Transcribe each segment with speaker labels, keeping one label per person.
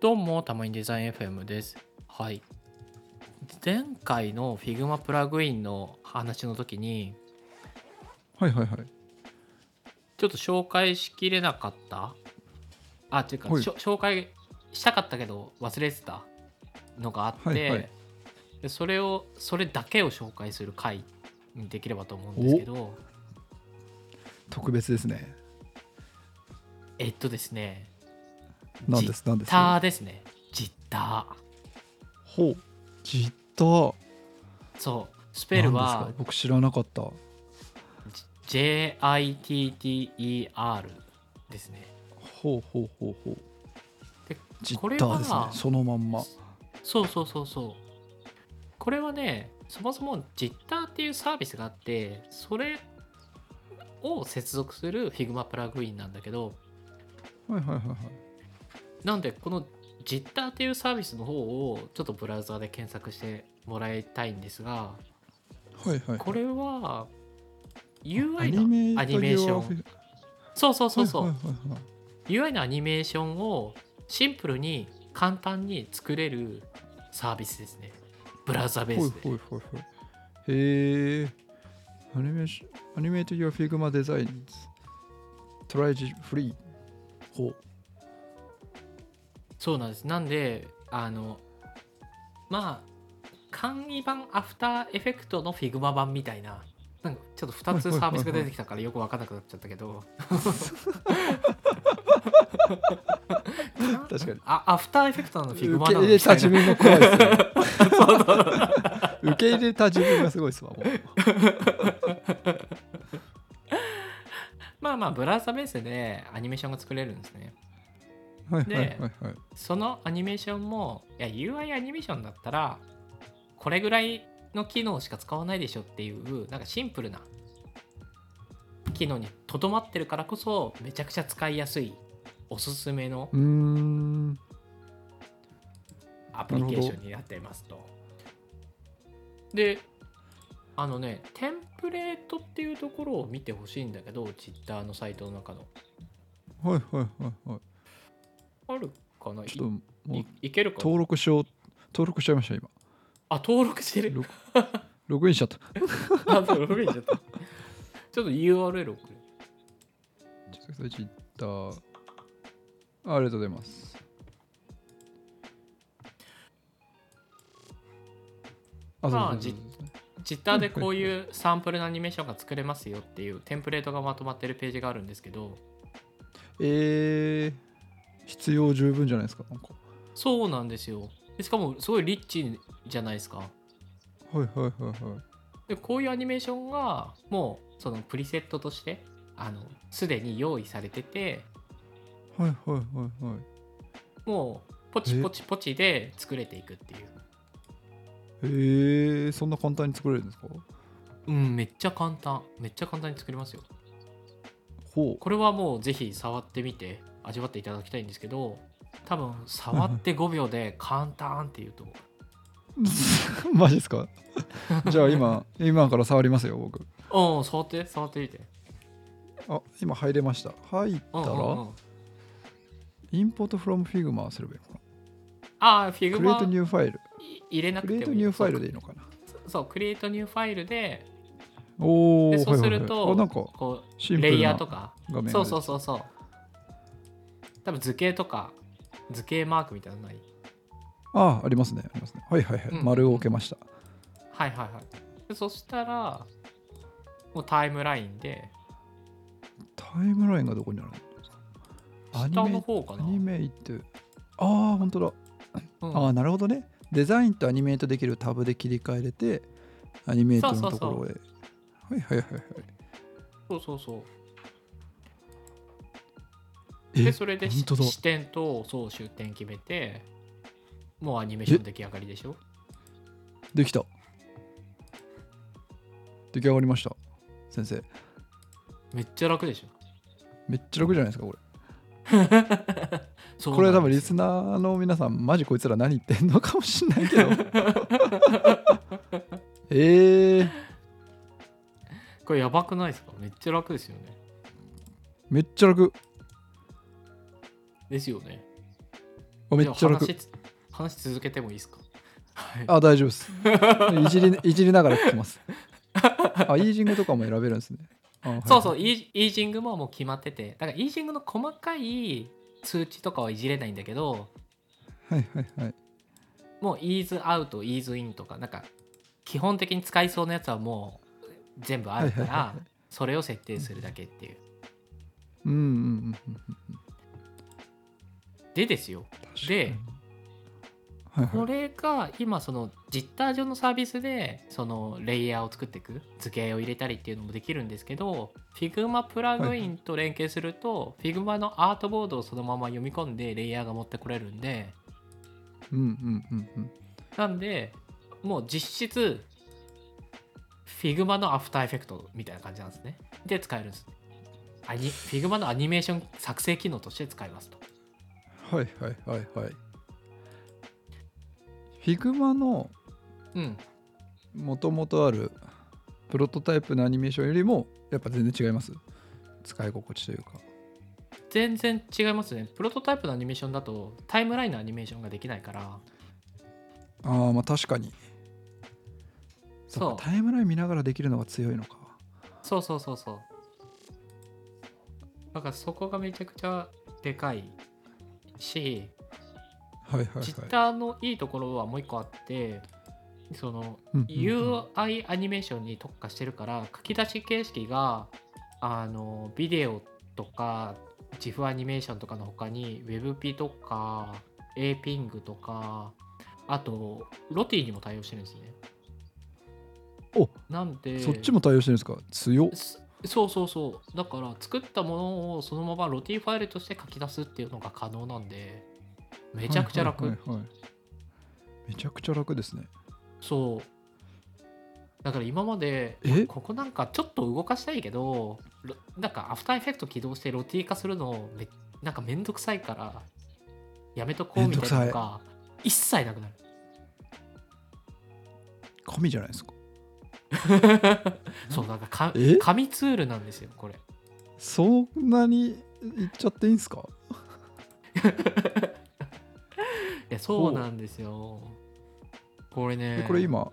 Speaker 1: どうもたまにデザイン FM ですはい前回の Figma プラグインの話の時に
Speaker 2: はいはいはい。
Speaker 1: ちょっと紹介しきれなかったあっていうか、
Speaker 2: はい
Speaker 1: しょ紹介したかったけど忘れてたのがあって、
Speaker 2: はいはい
Speaker 1: でそれをそれだけを紹介する回にできればと思うんですけど
Speaker 2: 特別ですね。
Speaker 1: えっとですね
Speaker 2: なんですなんです。
Speaker 1: ターですねジッター
Speaker 2: ほう。ジッター。
Speaker 1: そうスペル
Speaker 2: なん
Speaker 1: は
Speaker 2: ですか僕知らなかった。ほ
Speaker 1: JITTER ですね
Speaker 2: うほうほうほう。
Speaker 1: で
Speaker 2: ジ
Speaker 1: これ
Speaker 2: ッターですね
Speaker 1: は。
Speaker 2: そのまんま。
Speaker 1: そうそうそうそうこれはねそもそも Jitter っていうサービスがあってそれを接続する Figma プラグインなんだけど
Speaker 2: はいはいはいはい。
Speaker 1: なんでこの Jitter っていうサービスの方をちょっとブラウザで検索してもらいたいんですが
Speaker 2: はいはい。
Speaker 1: これは
Speaker 2: ア
Speaker 1: UI
Speaker 2: ニメ
Speaker 1: のアニメーション
Speaker 2: ン。
Speaker 1: そうそうそうそう
Speaker 2: はいはいはいはい
Speaker 1: UI のアニメーションをシンプルに簡単に作れるサービスですねブラウザベー
Speaker 2: ほい
Speaker 1: スで
Speaker 2: ほいほいほい。へえ。アニメーション、アニメート your Figma designs。try free。ほう。
Speaker 1: そうなんですなんであのまあ簡易版アフターエフェクトの Figma 版みたいななんかちょっと2つサービスが出てきたからよく分かんなくなっちゃったけど
Speaker 2: 確かに。
Speaker 1: あアフターエフェクトの Figma
Speaker 2: 受
Speaker 1: な
Speaker 2: け
Speaker 1: のみ
Speaker 2: 入れ
Speaker 1: た
Speaker 2: た
Speaker 1: い
Speaker 2: 自
Speaker 1: な
Speaker 2: 分が怖い ですね。受け入れた自分がすごいですわ。もう
Speaker 1: まあまあブラウザベースでアニメーションが作れるんですね
Speaker 2: はい
Speaker 1: で
Speaker 2: はいはいはい。
Speaker 1: そのアニメーションもいや UI アニメーションだったらこれぐらいの機能しか使わないでしょっていうなんかシンプルな機能にとどまってるからこそめちゃくちゃ使いやすいおすすめの
Speaker 2: うーん。
Speaker 1: アプリケーションになっていますと。であのねテンプレートっていうところを見てほしいんだけど Twitter のサイトの中の
Speaker 2: はいはいはいはい。
Speaker 1: あるかない
Speaker 2: ちょっともう
Speaker 1: いいけるかな
Speaker 2: 登録しよう登録しちゃいました今
Speaker 1: あ登録してる
Speaker 2: ロログインしちゃった
Speaker 1: あ、そう、ログインしちゃった。ちょっと URL 送る。
Speaker 2: ちょっとツイッターあありがとうございますあ
Speaker 1: まあ
Speaker 2: そうそうそうそう
Speaker 1: Twitter でこういうサンプルのアニメーションが作れますよっていうテンプレートがまとまってるページがあるんですけど、
Speaker 2: えー、必要十分じゃないですかなんか
Speaker 1: そうなんですよ。でしかも、すごいリッチじゃないですか。
Speaker 2: はいはいはいはい
Speaker 1: で、こういうアニメーションが、もう、そのプリセットとして、あの、すでに用意されてて、
Speaker 2: はいはいはいはい
Speaker 1: もう、ポチポチポチで作れていくっていう。
Speaker 2: えー、そんな簡単に作れるんですか
Speaker 1: うん、めっちゃ簡単。めっちゃ簡単に作れますよ。
Speaker 2: ほ
Speaker 1: これはもうぜひ触ってみて味わっていただきたいんですけど多分触って5秒 で簡単って言うと思う
Speaker 2: う マジで すかじゃあ今今から触りますよ僕
Speaker 1: うんうん触って触ってみて
Speaker 2: あ今入れました入った
Speaker 1: うん
Speaker 2: ら、
Speaker 1: うんうん
Speaker 2: インポートフロムフィグマすればいいのか
Speaker 1: ああフィグ
Speaker 2: なクリエイ
Speaker 1: マ
Speaker 2: トニューファイル。
Speaker 1: 入れな
Speaker 2: ク
Speaker 1: く
Speaker 2: リエイ
Speaker 1: て
Speaker 2: ト
Speaker 1: も
Speaker 2: ニューファイルでいいのかな
Speaker 1: そうそうクリエイトニューファイルで
Speaker 2: おお、
Speaker 1: でそうする
Speaker 2: はいはいはい、あ
Speaker 1: と
Speaker 2: なんか
Speaker 1: こ
Speaker 2: シ
Speaker 1: う
Speaker 2: ンプ
Speaker 1: レイ
Speaker 2: ル
Speaker 1: ヤー
Speaker 2: な
Speaker 1: とか
Speaker 2: 画面が
Speaker 1: そうそうそうそう多分図形とか図形マークみたいなのない
Speaker 2: ああ、ありますね。ありますね。はいはいはい。
Speaker 1: うん
Speaker 2: 丸を置けました。
Speaker 1: はいはいはいでそしたらもうタイムラインで
Speaker 2: タイムラインがどこにあるのアニ
Speaker 1: 下の
Speaker 2: メ
Speaker 1: 方か
Speaker 2: ア
Speaker 1: な
Speaker 2: ニメイト。ああ、本当だ。
Speaker 1: うん
Speaker 2: ああ、なるほどね。デザインとアニメイトできるタブで切り替えれて、アニメイトのところへ。はいはいはいはい。
Speaker 1: そうそうそう
Speaker 2: え
Speaker 1: でそれでし
Speaker 2: 本当だ
Speaker 1: 視点とそう終点決めてもうアニメーション出来上がりでしょ
Speaker 2: できた。出来上がりました。先生、
Speaker 1: めっちゃ楽でしょ
Speaker 2: めっちゃ楽じゃないですか、これ。
Speaker 1: そう
Speaker 2: これは多
Speaker 1: なん
Speaker 2: 分
Speaker 1: で
Speaker 2: リ
Speaker 1: す
Speaker 2: ス
Speaker 1: よ
Speaker 2: ナーの皆さんマジこいつら何言ってんのかもしんな いけどえー、
Speaker 1: これやばくないですかめっちゃ楽ですよね
Speaker 2: めっちゃ楽
Speaker 1: ですよね
Speaker 2: あめっちゃ楽
Speaker 1: じゃあ話話続けてもいいですかはい
Speaker 2: あ大丈夫ですいじりいじりながら聞きますあイージングとかも選べるんですねあはい
Speaker 1: そうそうイーイージングももう決まっててだからイージングの細かい通知とかはいじれないんだけど
Speaker 2: はいはいはい
Speaker 1: もうイーズアウトイーズインとかなんか基本的に使いそうなやつはもう全部あるか
Speaker 2: はいはい
Speaker 1: らそれを設定するだけっていう
Speaker 2: うんうんうんうん
Speaker 1: でですよ
Speaker 2: 確かに
Speaker 1: で
Speaker 2: はい
Speaker 1: こ
Speaker 2: はい
Speaker 1: れが今その実態上のサービスでそのレイヤーを作っていく図形を入れたりっていうのもできるんですけど Figma プラグインと連携すると Figma のアートボードをそのまま読み込んでレイヤーが持ってこれるんで
Speaker 2: うんうんうんうん
Speaker 1: なんでもう実質 Figma のアフターエフェクトみたいな感じなんですねで使えるんですアニ Figma のアニメーション作成機能として使えますと
Speaker 2: はいはいはいはい。Figma の
Speaker 1: うん
Speaker 2: もともとあるプロトタイプのアニメーションよりもやっぱ全然違います。使い心地というか。
Speaker 1: 全然違いますねプロトタイプのアニメーションだとタイムラインのアニメーションができないから
Speaker 2: ああまあ確かに。
Speaker 1: そう
Speaker 2: っかタイムライン見ながらできるのが強いのか。
Speaker 1: そうそうそうそうだからそこがめちゃくちゃでかいし
Speaker 2: はいはいはい。
Speaker 1: 実態のいいところはもう一個あってその
Speaker 2: うんうんうん
Speaker 1: UI アニメーションに特化してるから書き出し形式があのビデオとか GIF アニメーションとかの他に WebP とか Aping とかあとロティにも対応してるんですね。
Speaker 2: お
Speaker 1: なんで
Speaker 2: そっちも対応してるんですか強っ
Speaker 1: そそうそうそうだから作ったものをそのままロティファイルとして書き出すっていうのが可能なんでめちゃくちゃ楽、
Speaker 2: はいはいはいはいめちゃくちゃ楽ですね。
Speaker 1: そうだから今まで
Speaker 2: え
Speaker 1: ここなんかちょっと動かしたいけどロなんかアフターエフェクト起動してロティ化するのめなんかめんどくさいからやめとこうみたいなのが一切なくなる
Speaker 2: 神じゃないですか。
Speaker 1: そうなんかか
Speaker 2: え
Speaker 1: 紙ツールなんですよこれ
Speaker 2: そんなに言っちゃっていいんですか
Speaker 1: いやそうなんですよこれね
Speaker 2: でこれ今、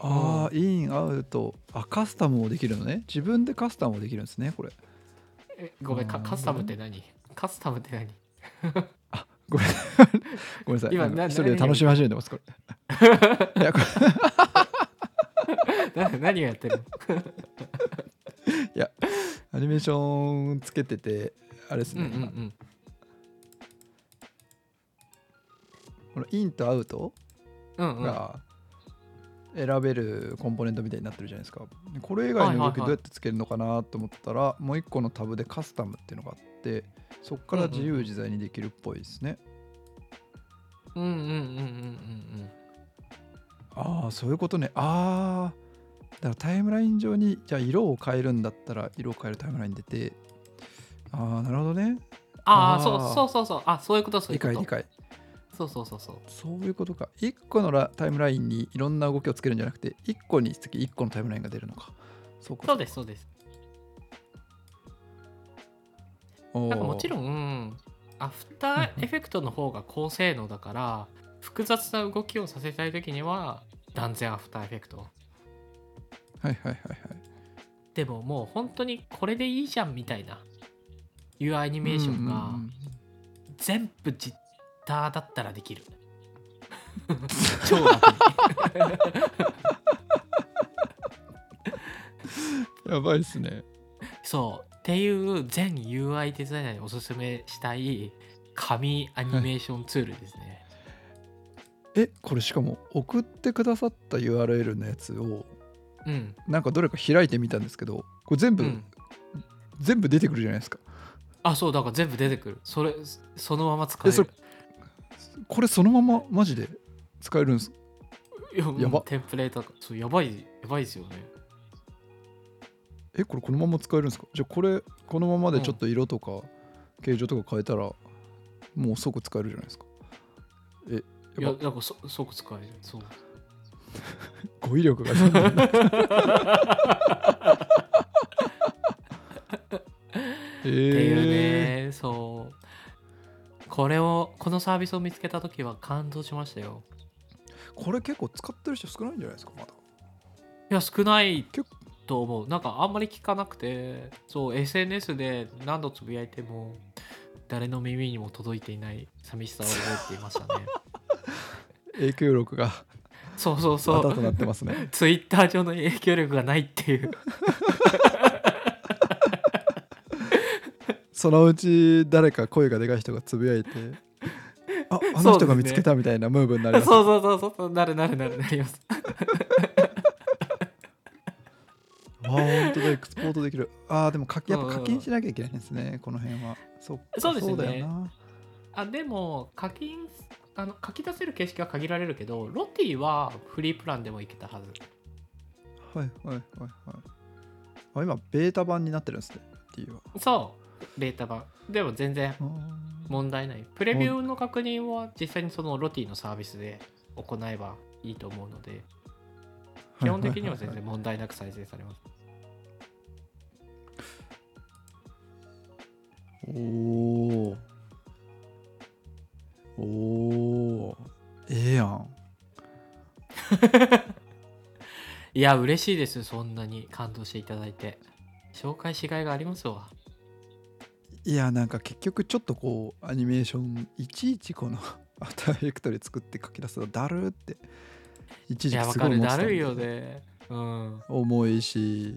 Speaker 2: ああ、イン、アウト、あ、カスタムもできるのね。自分でカスタムもできるんですね、これ。
Speaker 1: えごめんか
Speaker 2: あー
Speaker 1: カスタムって何カスタムって何
Speaker 2: ごめん ごめんなさい。
Speaker 1: 今
Speaker 2: あの
Speaker 1: な
Speaker 2: 一人で楽しみ始めてます、これ。いや、これ
Speaker 1: な何 をやってるの
Speaker 2: アニメーションつけてて、あれです
Speaker 1: うん
Speaker 2: ね、
Speaker 1: うんうん
Speaker 2: このインとアウト
Speaker 1: うんうん
Speaker 2: が選べるコンポーネントみたいになってるじゃないですか。でこれ以外の動
Speaker 1: はいは
Speaker 2: き
Speaker 1: いはい
Speaker 2: どうやってつけるのかなと思ったら、もう一個のタブでカスタムっていうのがあって、そこから自由自在にできるっぽいですね。
Speaker 1: うんうんうんうんうん
Speaker 2: ああそういうことねああだからタイムライン上にじゃあ色を変えるんだったら色を変えるタイムライン出てああなるほどね
Speaker 1: あ
Speaker 2: あ
Speaker 1: あ
Speaker 2: ー
Speaker 1: そうそうそうそうあそういうことそうい
Speaker 2: 理
Speaker 1: うこ
Speaker 2: 解
Speaker 1: と
Speaker 2: 理解
Speaker 1: そうそうそうそう
Speaker 2: そういうことか1個のラタイムラインにいろんな動きをつけるんじゃなくて1個につき1個のタイムラインが出るのかそうか
Speaker 1: そうですそうです
Speaker 2: おー
Speaker 1: なんかもちろんアフターエフェクトの方が高性能だから複雑な動きをさせたい時には断然アフターエフェクト
Speaker 2: はいはいはいはい
Speaker 1: でももう本当にこれでいいじゃんみたいな UI アニ
Speaker 2: イ
Speaker 1: メーションが全部ジッターだったらできる超楽に
Speaker 2: やばいですね
Speaker 1: そうっていう全 UI デザイナーにおすすめしたい紙アニメーションツールですね、
Speaker 2: えこれしかも送ってくださった URL のやつを
Speaker 1: うん
Speaker 2: なんかどれか開いてみたんですけどこれ全部、
Speaker 1: うん
Speaker 2: 全部出てくるじゃないですか
Speaker 1: あそうだから全部出てくるそれそのまま使え
Speaker 2: えそ
Speaker 1: る
Speaker 2: れこれそのままマジで使えるんです
Speaker 1: いやうん
Speaker 2: やば
Speaker 1: テンプレートそうやばいやばいですよね
Speaker 2: えこれこのまま使えるんですかじゃあこれこのままでちょっと色とか形状とか変えたら、もう即使えるじゃないですか
Speaker 1: い
Speaker 2: や
Speaker 1: や
Speaker 2: ば
Speaker 1: なんかそ即使えるそう
Speaker 2: 語彙 力が全然ないえ
Speaker 1: っていう
Speaker 2: ー、
Speaker 1: ね、そうこれをこのサービスを見つけた時は感動しましたよ
Speaker 2: これ結構使ってる人少ないんじゃないですかまだ
Speaker 1: いや少ない
Speaker 2: 結
Speaker 1: と思うなんかあんまり聞かなくてそう SNS で何度つぶやいても誰の耳にも届いていない寂しさを覚えていました ね
Speaker 2: 影響力が
Speaker 1: そうそうそ
Speaker 2: またとな
Speaker 1: う
Speaker 2: ってますね
Speaker 1: ツイッター上の影響力がないっていう
Speaker 2: そのうち誰か声がでかい人がつぶやいてああの人が見つけたみたいなムーブになり
Speaker 1: そう
Speaker 2: ますね
Speaker 1: そうそうそうそうなるなるなるなります
Speaker 2: あー本当だエクスポートできるあーでも課金やっぱ
Speaker 1: う
Speaker 2: 課
Speaker 1: んうん
Speaker 2: 金しなきゃいけないんですねこの辺はそっか
Speaker 1: そうですよね
Speaker 2: だよな
Speaker 1: あでも課金あの書き出せる形式は限られるけどロティはフリープランでもいけたはず
Speaker 2: はいはいはいはいあ今ベータ版になってるんですね D は
Speaker 1: そうベータ版でも全然
Speaker 2: あー
Speaker 1: 問題ないプレビューの確認は実際にそのロティのサービスで行えばいいと思うので基本的には全然問題なく再生されます
Speaker 2: おおおーええやん
Speaker 1: いや嬉しいですそんなに感動していただいて紹介しがいがありますわ
Speaker 2: いやなんか結局ちょっとこうアニメーションいちいちこの アフターエフェクトで作って書き出すとだるーって一
Speaker 1: い
Speaker 2: 時
Speaker 1: や
Speaker 2: 期
Speaker 1: わ
Speaker 2: すご
Speaker 1: か
Speaker 2: い思
Speaker 1: る
Speaker 2: ってた
Speaker 1: だ
Speaker 2: んで
Speaker 1: るいよねうん
Speaker 2: 重いし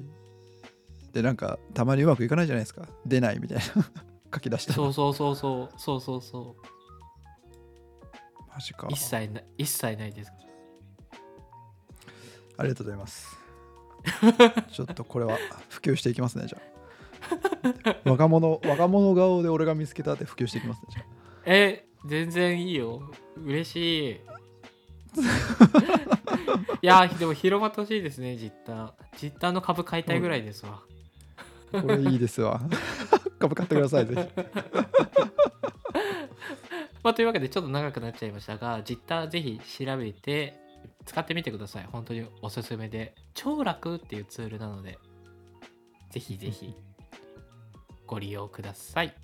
Speaker 2: でなんかたまにうまくいかないじゃないですか出ないみたいな 書き出したら
Speaker 1: そうそうそうそうそうそうそ
Speaker 2: マジか
Speaker 1: う一切な一切ないです
Speaker 2: ありがとうございます ちょっとこれは普及していきますねじゃあ若者若者顔で俺が見つけたって普及していきますねじゃあ
Speaker 1: え全然いいよ嬉しいいやでも広まってほしいですね実態実態の株買いたいぐらいですわ、
Speaker 2: これいいですわ 株買ってくださいぜひ
Speaker 1: まあ、というわけでちょっと長くなっちゃいましたが実態ぜひ調べて使ってみてください本当におすすめで超楽っていうツールなのでぜひぜひご利用ください